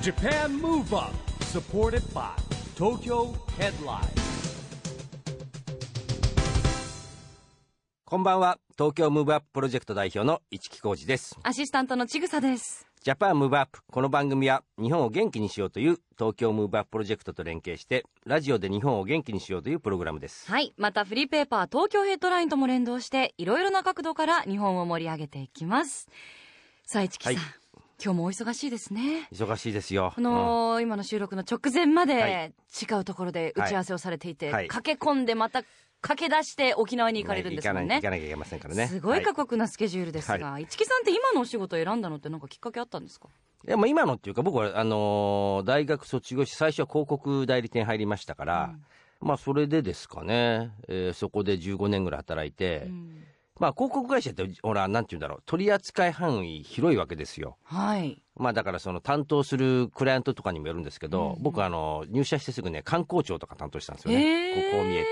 Japan Move Up supported by Tokyo Headline こんばんは東京ムーブアッププロジェクト代表の市木浩司ですアシスタントのちぐさです。ジャパンムーブアップこの番組は日本を元気にしようという東京ムーブアッププロジェクトと連携してラジオで日本を元気にしようというプログラムですはい。またフリーペーパー東京ヘッドラインとも連動して、いろいろな角度から日本を盛り上げていきます。さあ、市木さん、はい今日もお忙しいですね。忙しいですよこの、今の収録の直前まはで違うところで打ち合わせをされていて、はい駆け込んでまた駆け出して沖縄にうん行かれるんですもねんね行か。ない行かなきゃいけませんからねすごい過は酷なスケジュールですが、市木さんって今のお仕事を選んだのってなんかきっかけあったんですかいやまあ今のっていうか僕はあのー大学卒業して最初は広告代理店入りましたから、まあそれでですかね、えーそこで15年ぐらい働いて、うんまあ広告会社ってほらなんて言うんだろう取り扱い範囲広いわけですよはい。まあだからその担当するクライアントとかにもよるんですけど、僕あの入社してすぐね観光庁とか担当したんですよね、えーこうこう見えて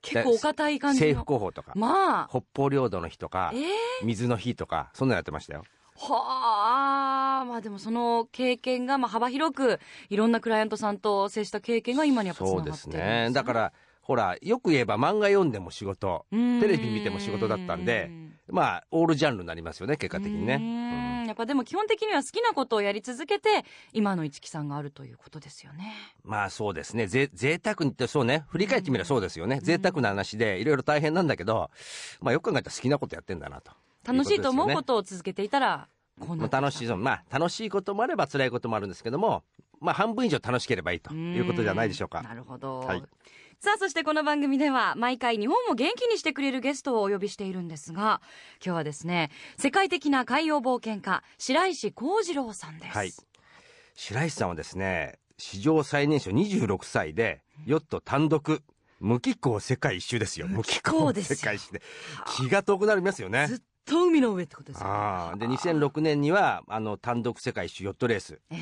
結構お堅い感じの。政府広報とか、まあ。北方領土の日とかえ、ー水の日とかそんなのやってましたよはあまあでもその経験がまあ幅広くいろんなクライアントさんと接した経験が今にやっぱつなそうがってでるんですすねねだからほらよく言えば漫画読んでも仕事うーんテレビ見ても仕事だったんでまあオールジャンルになりますよね結果的にうね、ーんやっぱでも基本的には好きなことをやり続けて今の市木さんがあるということですよねうんまあそうですねぜ贅沢にってそうね振り返ってみればそうですよね、贅沢な話でいろいろ大変なんだけどまあよく考えたら好きなことやってんだなと楽しいと思ういうことですよねことを続けていたらこうなまってあ、きた楽しいぞまあ楽しいこともあれば辛いこともあるんですけどもまあ半分以上楽しければいいということじゃないでしょうーんなかるほど、はいさあそしてこの番組では毎回日本を元気にしてくれるゲストをお呼びしているんですが今日はですね世界的な海洋冒険家白石幸次郎さんです、はい白石さんはですね史上最年少26歳でヨット単独無寄港世界一周ですよ無寄港です世よ界一周で気が遠くなりますよねずっと海の上ってことですよねああで2006年にはあの単独世界一周ヨットレース、え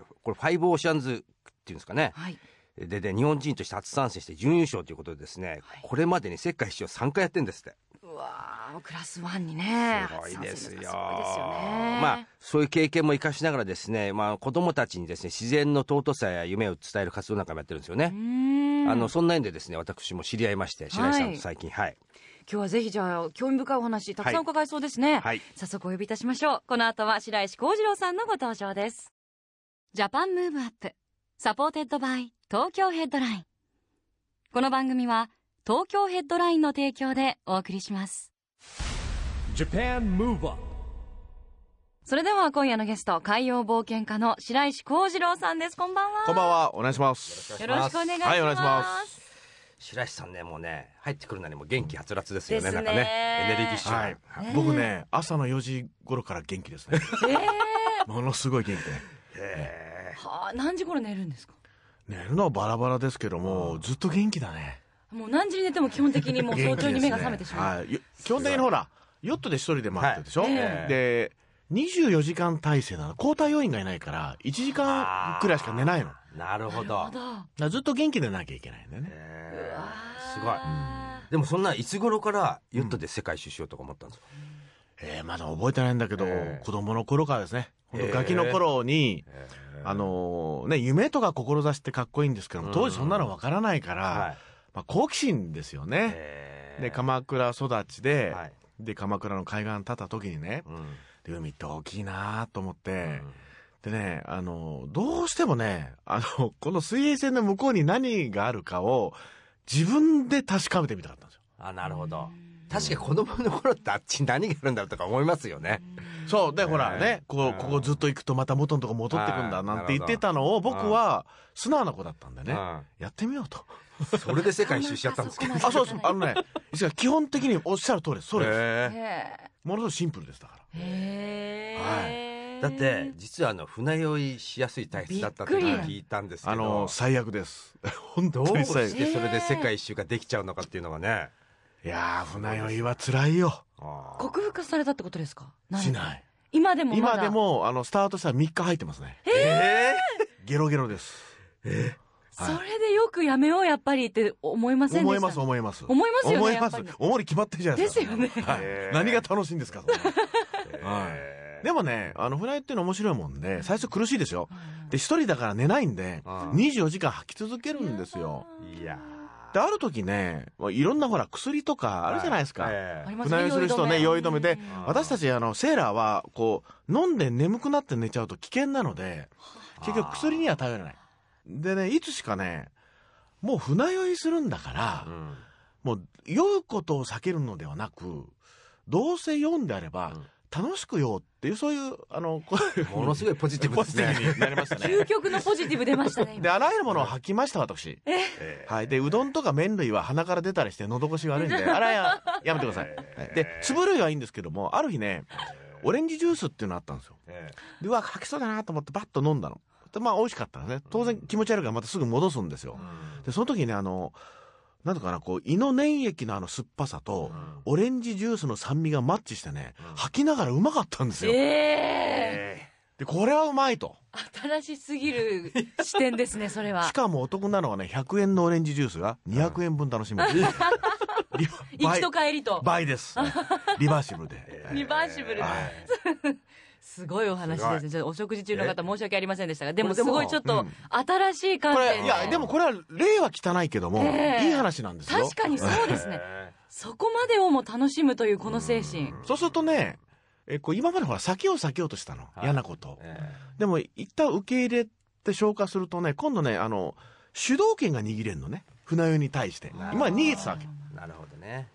えーこれファイブオーシャンズっていうんですかねはいでで日本人として初参戦して準優勝ということでですね、はいこれまでに世界一周を3回やってんですってうわークラスワンにねすごいですよ。初参戦とかすごいですよねまあそういう経験も生かしながらですね、まあ子供たちにですね自然の尊さや夢を伝える活動なんかもやってるんですようね。ーんあのそんな縁でですね私も知り合いまして白石さんはいと最近はい、今日はぜひじゃあ興味深いお話たくさん伺いそうですね、はい早速お呼びいたしましょうこの後は白石幸次郎さんのご登場ですジャパンムーブアップサポーテッドバイ東京ヘッドラインこの番組は東京ヘッドラインの提供でお送りします Japan Move Up それでは今夜のゲスト海洋冒険家の白石幸次郎さんですこんばんはこんばんは、お願いします。よろしくお願いします、はいお願いします白石さんねもうね入ってくるなりも元気はつらつですよねですなねんかねエネルギッシュな、はい、僕ね、朝の4時頃から元気です ね。えーものすごい元気で。 はあ何時頃寝るんですか寝るのはバラバラですけども、ずっと元気だね。もう何時に寝ても基本的にもう早元気です朝ねに目が覚めてしまう、はいよ基本的にほら、ヨットで一人で回ってるでしょ、はいええで、24時間体制なの。交代要員がいないから、1時間くらいしか寝ないの。だかなるほどなるほどらずっと元気でなきゃいけないんだよね。えわーすーごいでもそんないつ頃からヨットで世界一周しようとか思ったんですか、ええまだ覚えてないんだけど、ええ子供の頃からですね。本当ええガキの頃に、あのーね、夢とか志ってかっこいいんですけども、当時そんなのわからないから、はいまあ、好奇心ですよね。えーで、鎌倉育ちで、はいで、鎌倉の海岸に立った時にね、うんで海って大きいなと思って、うんでね、あのーどうしてもね、あの、 この水平線の向こうに何があるかを、自分で確かめてみたかったんですよ。あなるほど確かに子供の頃ってあっちに何があるんだろうとか思いますよねそう。で、ほらね、うこんう、ここずっと行くとまた元のとこ戻ってくんあーだなんて言ってたのを、なるほど僕は素直な子だったんでね、うやってみよう と。んそれで世界一周しちゃったんですかなかあ、なかそうそう。あのね、ですから基本的におっしゃる通りです。そうでへす。へものすごいシンプルですだから。ええだって実はあの船酔いしやすい体質だったってびっくり聞いたんですけあのど最悪です。 本ど当うにし最悪。てそれで世界一周ができちゃうのかっていうのがねいやー船酔いは辛いよ。あー克服されたってことですかしない。今でもまだ今でもあのスタートしたら3日入ってますね。えゲロゲロです。それでよくやめようやっぱりって思いませんでした思います思います。思いますよね思いまやっすぱり。思うに決まってるじゃないですか。ですよねはい何が楽しいんですか。そんなのはい。ーね。でもね、あの、フライっていうの面白いもんで、最初苦しいですよ。で、一人だから寝ないんで、ああ24時間吐き続けるんですよ。いやで、ある時ね、まあいろんなほら、薬とかあるじゃないですか。ええりま船酔いする人ね酔い止めであ私たち、あの、セーラーは、こう、飲んで眠くなって寝ちゃうと危険なので、結局薬には頼れない。でね、いつしかね、もう船酔いするんだから、うんもう酔うことを避けるのではなく、どうせ酔うんであれば、うん楽しく酔うっていう、そういう、あの、こういうものすごいポジティブポですジテね。ィブになりましたね究。極のポジティブ出ましたね、で、今。あらゆるものを吐きました、私。ええはい。で、うどんとか麺類は鼻から出たりして喉越し悪いんで、あらや、やめてください。はいで、粒類はいいんですけども、ある日ね、オレンジジュースっていうのあったんですよ。えで、うわ、吐きそうだなと思ってバッと飲んだの。で、まあ、美味しかったのね。当然気持ち悪いからまたすぐ戻すんですよ。で、その時ね、あの、なんとかな、こう、胃の粘液のあの酸っぱさと、オレンジジュースの酸味がマッチしてね、吐きながらうまかったんですよ。ええで、これはうまいと。新しすぎる視点です ね、それはし。かもお得なのはね、100円のオレンジジュースが200円分楽しめる。リ 行きと帰りと。倍です。リバーシブルで。リバーシブルではいすごいお話ですね。ちょっとお食事中の方申し訳ありませんでしたが、でこもれすでもごいちょっと新しい観こ点れ、で。いや、でもこれは例は汚いけども、ええいい話なんですよ。確かに そうですね。そこまでをも楽しむというこの精神。そうするとね、えこう今までほら、避けよう避けようとしたの。はい嫌なことをええでも、一旦受け入れて消化するとね、今度ね、あの、主導権が握れるのね。船酔いに対して。なる今ほど逃げてたわけ。なるほどね。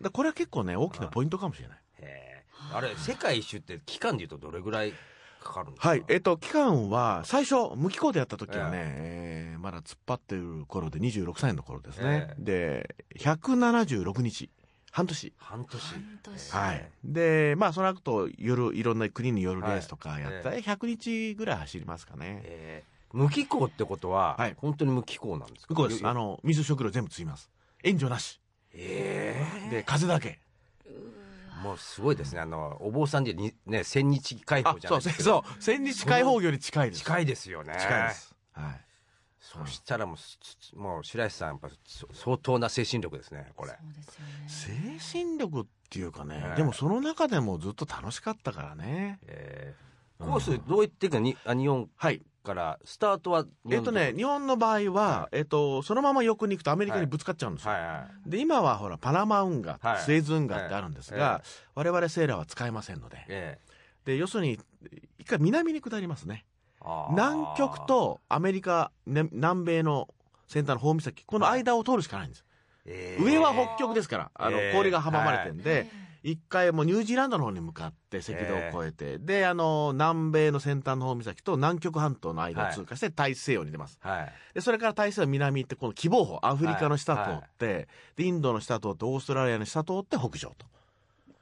だこれは結構ね、大きなポイントかもしれない。ええあれ、世界一周って期間で言うとどれぐらいかかるんですかはい。えっと、期間は、最初、無機構でやった時はね、えーまだ突っ張ってる頃で、26歳の頃ですね。で、176日。半年。半年。半年はい。で、まあ、その後、夜、いろんな国に夜レースとかやったら、100日ぐらい走りますかね。ええ無気候ってことははい、本当に無気候なんですか向こうです。あ、の、水食料全部ついます。援助なし。ええで、風だけ。もうすごいですね。あの、お坊さんでに、ね、千日解あ放、じゃそなう、いですか。そう。千日解放より近いです。近いですよね。近いで。す。はい。そしたらもうす、すもう白石さん、やっぱそ相当な精神力ですね、これ。そうですよね。精神力っていうかねえ、えでもその中でもずっと楽しかったからね。えーコース、どういっていうかに、あ日本はい。から、スタートは、えっとね、、日本の場合は、えっと、そのまま横に行くとアメリカにぶつかっちゃうんですよ。はいはで、今はほら、パナマ運河は、いスエズ運河ってあるんですがえ、我々セーラーは使えませんのい。で。えで、要するに、一回南に下りますね。ーあー南極とアメリカ、ね南米の先端の方岬、この間を通るしかないんです。えー上は北極ですから、あのえ、ー氷が阻まれてんでえ、一回もうニュージーランドの方に向かって赤道を越えて、で、あの、南米の先端の方岬と南極半島の間を通過して大西洋に出ます。はい。で、それから大西洋南行って、この希望峰、アフリカの下通って、で、インドの下通って、オーストラリアの下通って北上と。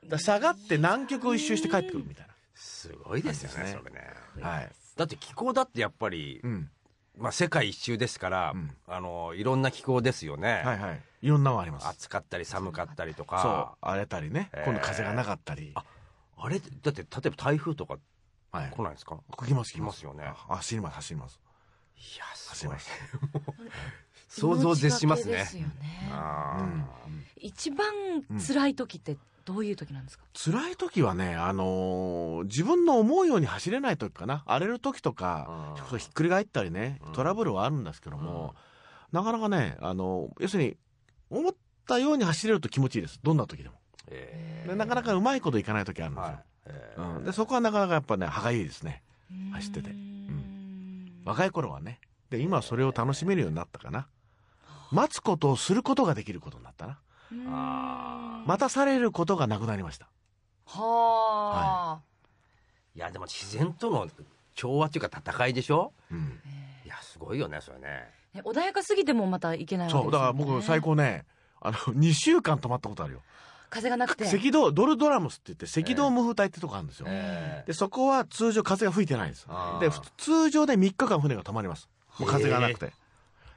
だから下がって南極を一周して帰ってくるみたいすごいですよね、ですねそれね。な。はい。だって気候だってやっぱり、うん。まあ世界一周ですから、うんあの、いろんな気候ですよね。はいはい。いろんなのあります。暑かったり寒かったりとか。そう、荒れたりねえ。ー今度風がなかったり。あれだって、例えば台風とかはい。来ないですか来ます、来ますよねあ走ります、走ります。いや、走すりごいま。す。想像絶します命がねけ。ですよねあー一番辛い時ってどういう時なんですか、辛い時はね、あのー自分の思うように走れない時かな。荒れる時とかうん、そうひっくり返ったりねうん、トラブルはあるんですけども、なかなかね、あのー要するに、思ったように走れると気持ちいいです。どんな時でも。えでなかなかうまいこといかない時あるんーですよ。はい。えーうん、で、そこはなかなかやっぱね、歯がゆいですね。走っててうーん若い頃はね。で、今はそれを楽しめるようになったかな。待つことをすることができることになったな。うーんあは待たされることがなくなりました。あ、いや、でも自然との調和っていうか戦いでしょうん。いや、すごいよね、それね。ね穏やかすぎてもまたいけないわけですそよ、ね、う、だから僕最高ね、あの、2週間泊まったことあるよ。風がなくて赤道、ドルドラムスって言って、赤道無風帯ってとこあるんですよ。えーで、そこは通常風が吹いてないんですあ。ーで、ふ通常で3日間船が止まります。もう風がなくて。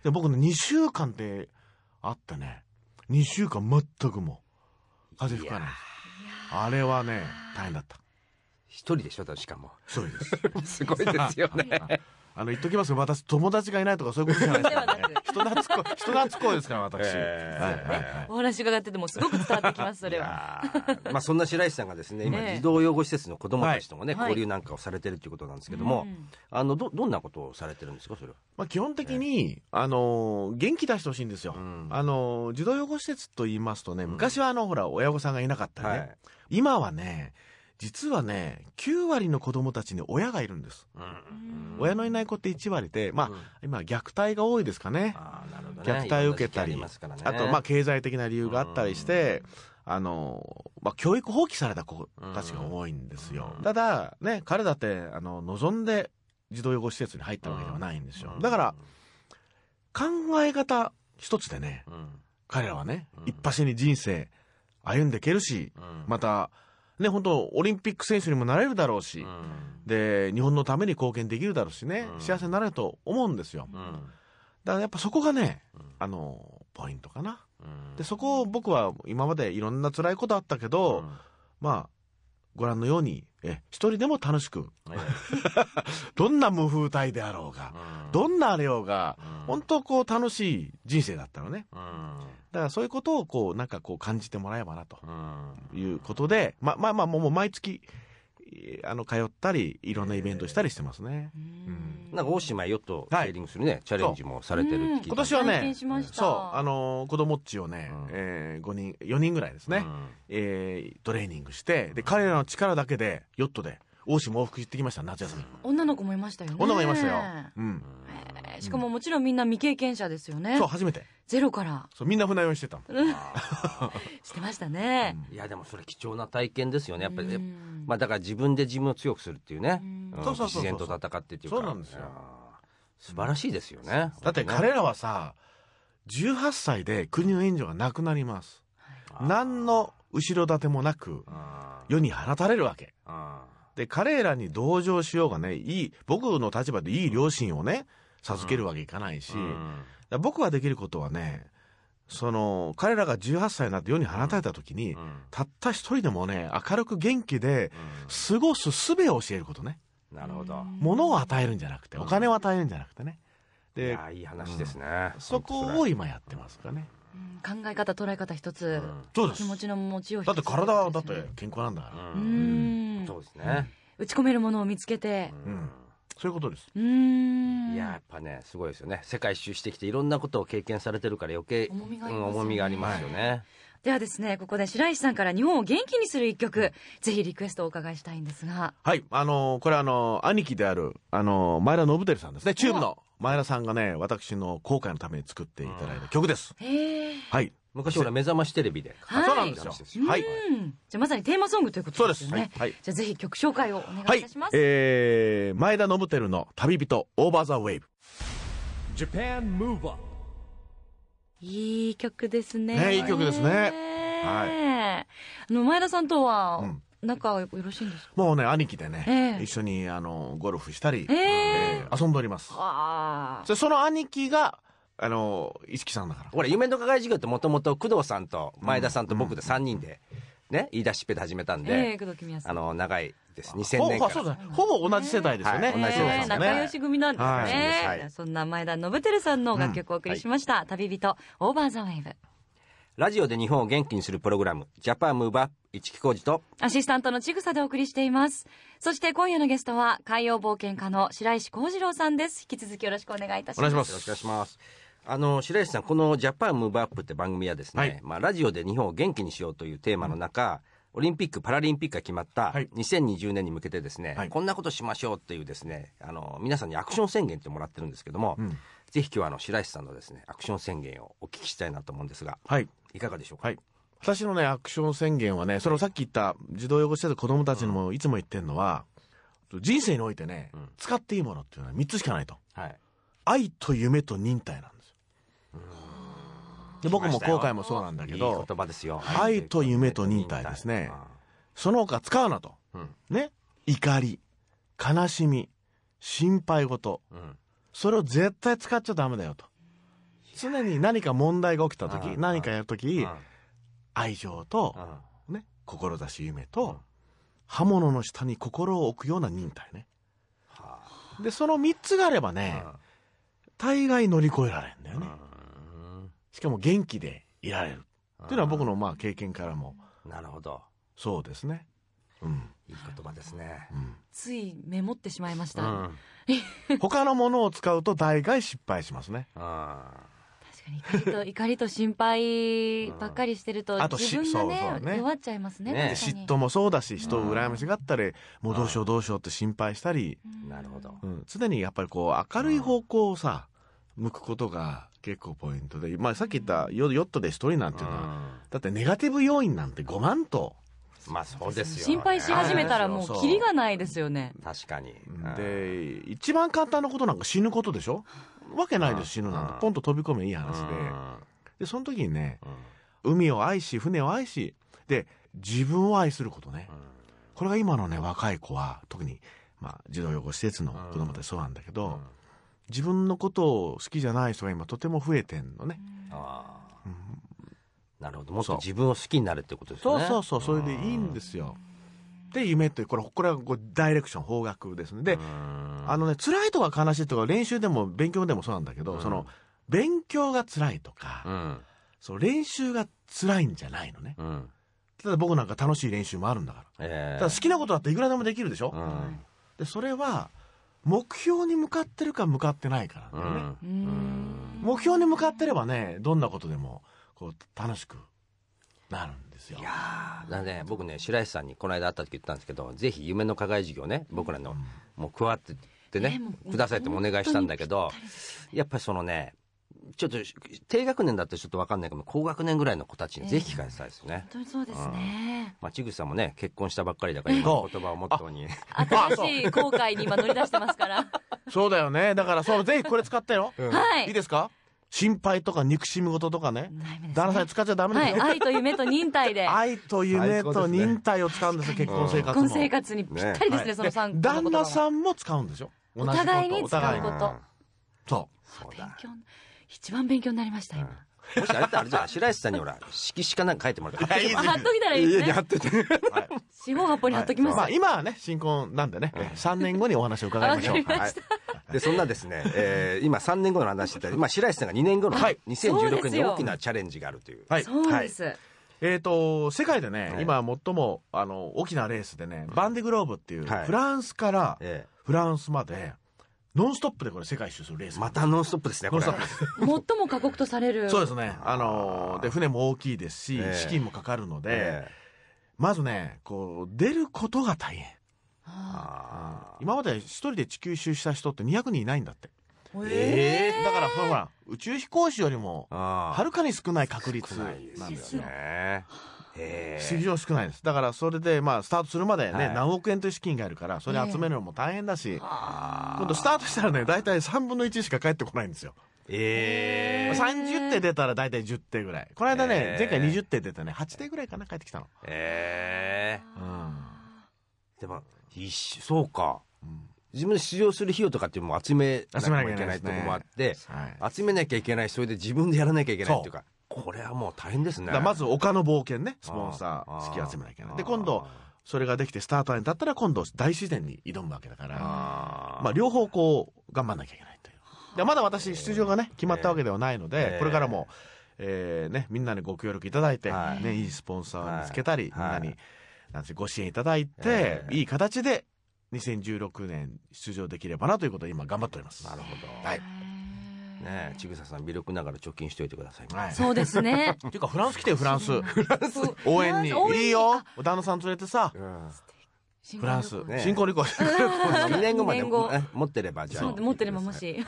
で、僕ね、2週間ってあってね、2週間全くもう、風吹かないんですあれはね、大変だった。一人でしょだしかもそうです。 すごいですよねあの、言っときますよ。私、友達がいないとかそういうことじゃないですからね ではなく人懐っこい、人懐っこいですから、私。えーはいはいはいお話伺っててもすごく伝わってきますそ れは。まあそんな白石さんがですね 今ええ児童養護施設の子どもたちともね、はい交流なんかをされてるということなんですけども、うんあのどどんなことをされてるんですかそれは、まあ、基本的に、あのー元気出してほしいんですよ、うんあのー児童養護施設と言いますとね昔はあの、ほら親御さんがいなかったりね、はい今はね実はね9割の子供たちに親がいるんです、うん親のいない子って1割でまあ、うん今虐待が多いですかねあーなるほどね虐待を受けたりいろんな時期ありますからねあとまあ経済的な理由があったりして、あのーまあ、教育放棄された子たちが多いんですよ、うんただね彼だってあの望んで児童養護施設に入ったわけではないんですよ、だから、考え方一つでねうん彼らはね、うん一発に人生歩んでいけるしうんまたね本当オリンピック選手にもなれるだろうし、うんで日本のために貢献できるだろうしね、うん幸せになれると思うんですようんだからやっぱそこがねうんあのポイントかなうんでそこを僕は今までいろんな辛いことあったけど、うんまあご覧のようにえ一人でも楽しくねどんな無風体であろうが、うんどんなあれようがうん本当こう楽しい人生だったのねうんだからそういうことをこうなんかこう感じてもらえばなとうんいうことで、ままあまあもうもう毎月えーあの通ったりいろんなイベントしたりしてますね。うんなんか大島へヨットセーリングするね、チャレンジもされてるって聞いた今年は拝ね見しまし、たそう、あのー子供っちをね、うんえ5人、4人ぐらいですね、うんえートレーニングして、で、彼らの力だけで、ヨットで、大島往復行ってきました、夏休み。女の子もいましたよね。女がいましたよ。うん。えーしかももちろんみんな未経験者ですよね。そう、初めて。ゼロからそう、みんな船酔いしてたの。してましたね。いやでもそれ貴重な体験ですよねやっぱり、ねうんまあ、だから自分で自分を強くするっていうね、うんうんそうそうそうそう自然と戦ってっていうかそうなんですよあー素晴らしいですよね、だってね彼らはさ、18歳で国の援助がなくなります。あー何の後ろ盾もなく、あー世に放たれるわけ。あで、彼らに同情しようがね、いい、僕の立場でいい両親をね、授けるわけいかないし、ーうんだ僕ができることはね、その、彼らが18歳になって世に放たれた時に、うんたった一人でもね、明るく元気で、過ごす術を教えることね。うんなるほど物を与えるんじゃなくて、お金を与えるんじゃなくてね。いでや、ーいい話ですね、そこ本当をれ今やってますかね。うん考え方捉え方一つ、うんそうで気持ちの持ちようだ一ってつ体はだっですよてね健康なんだかうら。うんんそうですね、打ち込めるものを見つけてうん。そういうことです。うんいややっぱねすごいですよね世界一周してきていろんなことを経験されてるから余計重みがあうりますよんね重みがありますよね、ではですねここで白石さんから日本を元気にする一曲ぜひリクエストをお伺いしたいんですがはい。あのーこれはあのー兄貴である、あのー前田信輝さんですね。チューブの前田さんがね、私の後悔のために作っていただいた曲です。へえはい。昔ほら目覚ましテレビではいそうなんですよ。はい。じゃあまさにテーマソングというこそとうでですよす。はねい。はいじゃあぜひ曲紹介をおは願いいいたします、、えー、前田信輝の旅人オーバーザウェイブ。 Japan Move Up いい曲ですね。ねいい曲ですねはい。あの前田さんとはん仲よろしいんですか。もうね、兄貴でね、ええ一緒にあのゴルフしたり、ええ。えー遊んでおります。ああ。そその兄貴が、あの、一木さんだから。ほら夢の課外授業ってもともと工藤さんと前田さんと僕で3人で、ね、言い出しっぺで始めたんえで、え工藤公康さあん。の長いです2000ほ年ぼそうかだねほぼ同じ世代ですよね。はい同じ世代えでえすねえー仲良し組なんですね、はいはいじゃあそんな前田信輝さんの楽曲をお送りしました、旅人オーバーザウェイブラジオで日本を元気にするプログラム「ジャパンムーバー一木工事とアシスタントのちぐさでお送りしていますそして今夜のゲストは海洋冒険家の白石浩二郎さんです引き続きよろしくお願いいたしおま願いすしまよろしくおす。願いしますあの白石さんこの「ジャパンムーブアップ」って番組はですね、はいまあ、ラジオで日本を元気にしようというテーマの中、オリンピック・パラリンピックが決まったはい2020年に向けてですね、はいこんなことしましょうっていうですねあの皆さんにアクション宣言ってもらってるんですけども、ぜひ今日はあの白石さんのですねアクション宣言をお聞きしたいなと思うんですがはい。いかがでしょうか、はい。私のね、アクション宣言はね、そのさっき言った児童養護施設子供たちにもいつも言ってるのは、人生においてね、ん使っていいものっていうのは3つしかないと。はい愛と夢と忍耐なんですよ。で僕来もましたよ後悔もそうなんだけいいど、言葉ですよ愛と夢と忍耐ですねその他使うなと。うんね。怒り、悲しみ、心配事。うんそれを絶対使っちゃダメだよと。常に何か問題が起きたう時、ん何かやる時うん、愛情とう、んね、志、夢と、刃物の下に心を置くような忍耐ね。はあで、その3つがあればね、大概乗り越えられるんだよね。しかも元気でいられる。っていうのは僕のまあ経験からも、なるほどそうですね。うん。いい言葉ですねついメモってしまいましうた、ん、うんうん、他のものを使うと大概失敗しますね。確かに怒りと怒りと心配ばっかりしてるとあとし自分がねそうそうね弱っちゃいますねね確か嫉に妬もそうだし、人を羨ましがったり、もうどうしようどうしようって心配したり、うんなるほどうん、常にやっぱりこう明るい方向をさ、向くことが結構ポイントで、まあさっき言ったヨヨットで一人なんていうのは、だってネガティブ要因なんて5万と。まあそうですよ、ね、心配し始めたらもそううキリがないですよね確かにで、一番簡単なことなんか死ぬことでしょわけないです、死ぬなんてうん。ポンと飛び込めいいう話で。んで、その時にね、うん海を愛し、船を愛し、で、自分を愛することね。これが今のね、若い子は、特に、まあ、児童養護施設の子供たちそうなんだけうんど、自分のことを好きじゃない人が今とても増えてんのね。あうんーなるほどもっそとう自分を好きになるってことですそようねそうそう、それでいいんですよ。で、夢という、これ、これはこうダイレクション、方角ですね。で、ああのね、辛いとか悲しいとか、練習でも勉強でもそうなんだけど、うんその、勉強が辛いとうか、んその練習が辛いんじゃないのね。うんただ僕なんか楽しい練習もあるんだから。えただ好きなことだっていくらでもできるでしょ、うんで、それは、目標に向かってるか向かってないかうなんだよね。んうん目標に向かってればね、どんなことでも、こう、楽しくなるんですよ。いやーだからね僕ね白石さんにこの間会った時言ったんですけどぜひ夢の課外授業ね僕らのもう加わってってねねもうくださいってもお願いしたんだけど本当にぴったりですよねやっぱりそのねちょっと低学年だってちょっと分かんないけど高学年ぐらいの子たちにぜひ聞かせたいですね本、当にそうですねまあ、ちぐさんもね結婚したばっかりだから今の言葉をモットーに新しい後悔に今乗り出してます からそうだよね。だから、そう、ぜひこれ使ってよ。はいいいですか心配とか憎しみ事とかね。ダメですね旦那さんに使っちゃダメですはいよ。愛と夢と忍耐で愛と夢最高でとすね忍耐を使うんですよ、結婚生結活も。婚生活にぴったりですねはいその3個の言葉旦は那さんも使うんでしょお互いに同じことお使互ういこに。とそそう勉だ強一番勉強になりました今もしあれだったらあれじゃん白石さんにほら色紙かなんか書いてもらっていいあ貼っといたらいいですねう。はい四方八方に貼っときますまあ今はね、新婚なんでね、3年後にお話を伺いましょう。わかりましたはい、でそんなですね、えー今3年後の話してたり、まあ、白石さんが2年後のはいそうで2016す年によ大きなチャレンジがあるという、はい。そうです、えっと、世界でねは、い今最も、あの、大きなレースでね、バンディグローブっていう、はいフランスからえフランスまで、ノンストップでこれ世界一周するレース。ーまたノンストップですねこノンスれトップです。最も過酷とされるそうですね。あの、で、船も大きいですしえ、え資金もかかるので、えまずね、こう、出ることが大変。ーああー今まで一人で地球一周した人って200人いないんだって。ーええだからほらほら宇宙飛行士よりもあはるかに少ない確率少ななんいでですすよよねえ非ー常に少ないですだからそれでまあスタートするまでね、はい何億円という資金があるからそれ集めるのも大変だし、あ今度スタートしたらね大体3分の1しか返ってこないんですよ、えー30手出たら大体10手ぐらいこの間ね、えー前回20手出てね8手ぐらいかな返ってきたの、えうんーでも一緒そうかうん自分で出場する費用とかっていうのも集めなきゃい集けめないとなきゃいけないですねこもあってはい、集めなきゃいけないそれで自分でやらなきゃいけないっていうかこれはもう大変ですねだからまず丘の冒険ねスポンサあーー資金集めなきゃいけないであー今度それができてスタートラインだったら今度大自然に挑むわけだからあーまあ、両方こう頑張んなきゃいけないというでまだ私出場がね決まったわけではないので、えーこれからも、えーね、みんなにご協力いただいて、はいね、いいスポンサーを見つけたはいり、みんなはになんてご支援いただいて、えーいい形で2016年出場できればなということで今頑張っておりますなるほどはいねえちぐささん微力ながら貯金しておいてくださいはい、そうですねていうかフランス来てよフランスそう応援にフランス応援にいいよ旦那さん連れてさうん新フ婚旅ラ行ンス、ね新婚旅行 2年後まで 二年後え持ってればじゃあそう持ってればもしぜ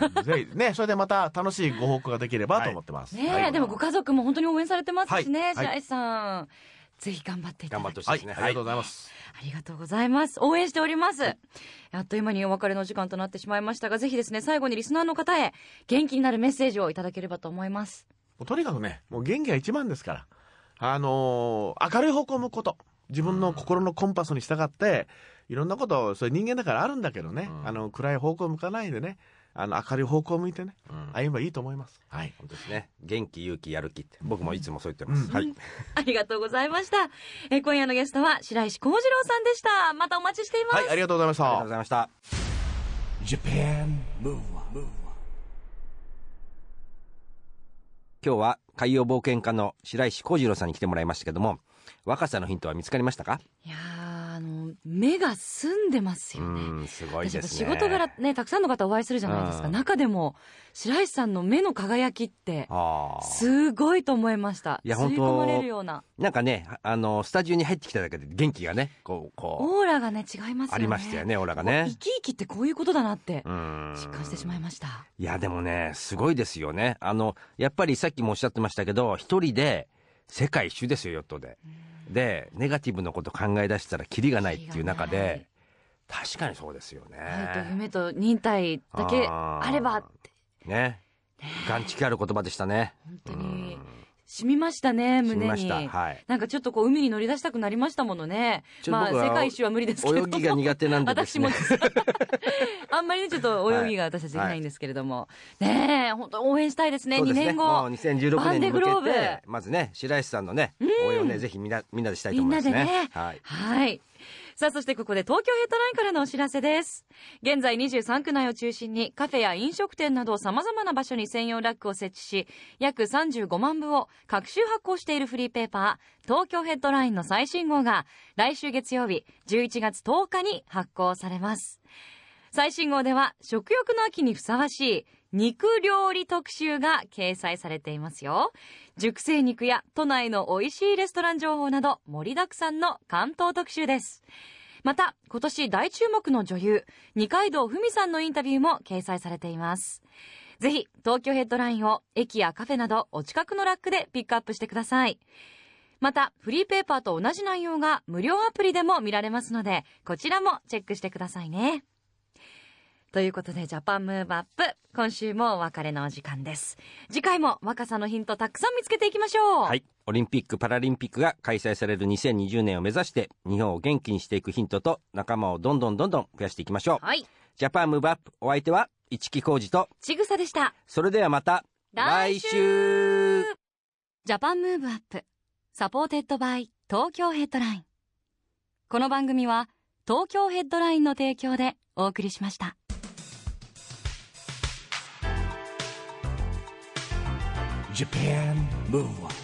ひねそれでまた楽しいご報告ができればと思ってます、ねえ、でもご家族も本当に応援されてますしね、はいはい白石さんぜひ頑張っていた頑張だっきてほしいはですねいありがとうございます、ありがとうございます。応援しております。あっという間にお別れの時間となってしまいましたが、ぜひですね、最後にリスナーの方へ元気になるメッセージをいただければと思います。もうとにかくね、もう元気が一番ですから。あのー明るい方向を向くこと。自分の心のコンパスに従って、いろんなこと、それ人間だからあるんだけどね、あの、暗い方向を向かないでね、あの明るい方向を向いてねうん歩めばいいと思います。はい。本当ですね。元気、勇気、やる気って。僕もいつもそう言ってます。うんはい。ありがとうございました。えー今夜のゲストは白石幸次郎さんでした。またお待ちしています。はい、ありがとうございましありがたとうご。ざいました。 Japan Move Up 今日は海洋冒険家の白石幸次郎さんに来てもらいましたけども、若さのヒントは見つかりましたかいやーあの、目が澄んでますうよね。ん、すごい私でやっぱす仕ね。事柄ね、たくさんの方お会いするじゃないですか。うん中でも、白石さんの目の輝きって、ああ。すごいと思いました。いや吸本い当込まれるような。なんかね、あの、スタジオに入ってきただけで元気がね、こう、こオーラがね、違いますよね。う、ありましたよね、オーラが生ねき。生きってこういうことだなって、うん。実感してしまいました。いや、でもね、すごいですよね。あの、やっぱりさっきもおっしゃってましたけど、一人で世界一周ですよ、ヨットで。で、ネガティブのこと考え出したらキリがないっていう中キリがないで、確かにそうですよ愛とね。夢と忍耐だけあーあればって、ね。眼蓄ある言葉でしたね。本当に、染みましたね、し胸みに。ました。はい。なんかちょっとこう海に乗り出したくなりましたものね。ちょまあ僕は世界一周は無理ですけど。泳ぎが苦手なんでです私ねも。です あんまりねちょっと泳ぎが私たちできないんですけれども、ねえ本当応援したいですねそう2です年もう後2016バン年デにグ向ローけブて、まずね、白石さんのね、応援をね、ぜひみんな、みんなでしたいと思いますね。みんなでねはい。はいさあそしてここで東京ヘッドラインからのお知らせです現在23区内を中心にカフェや飲食店などさまざまな場所に専用ラックを設置し約35万部を各週発行しているフリーペーパー東京ヘッドラインの最新号が来週月曜日11月10日に発行されます最新号では食欲の秋にふさわしい肉料理特集が掲載されていますよ。熟成肉や都内の美味しいレストラン情報など盛りだくさんの関東特集です。また、今年大注目の女優、二階堂ふみさんのインタビューも掲載されています。ぜひ、東京ヘッドラインを駅やカフェなどお近くのラックでピックアップしてください。また、フリーペーパーと同じ内容が無料アプリでも見られますので、こちらもチェックしてくださいね。ということで、ジャパンムーブアップ、今週もお別れのお時間です。次回も若さのヒントたくさん見つけていきましょう。はい。オリンピック・パラリンピックが開催される2020年を目指して、日本を元気にしていくヒントと仲間をどんどんどんどん増やしていきましょう。はい。ジャパンムーブアップ、お相手は、市木浩二と、ちぐさでした。それではまた、来週ジャパンムーブアップ、サポーテッドバイ東京ヘッドライン。この番組は、東京ヘッドラインの提供でお送りしました。 Japan Move Up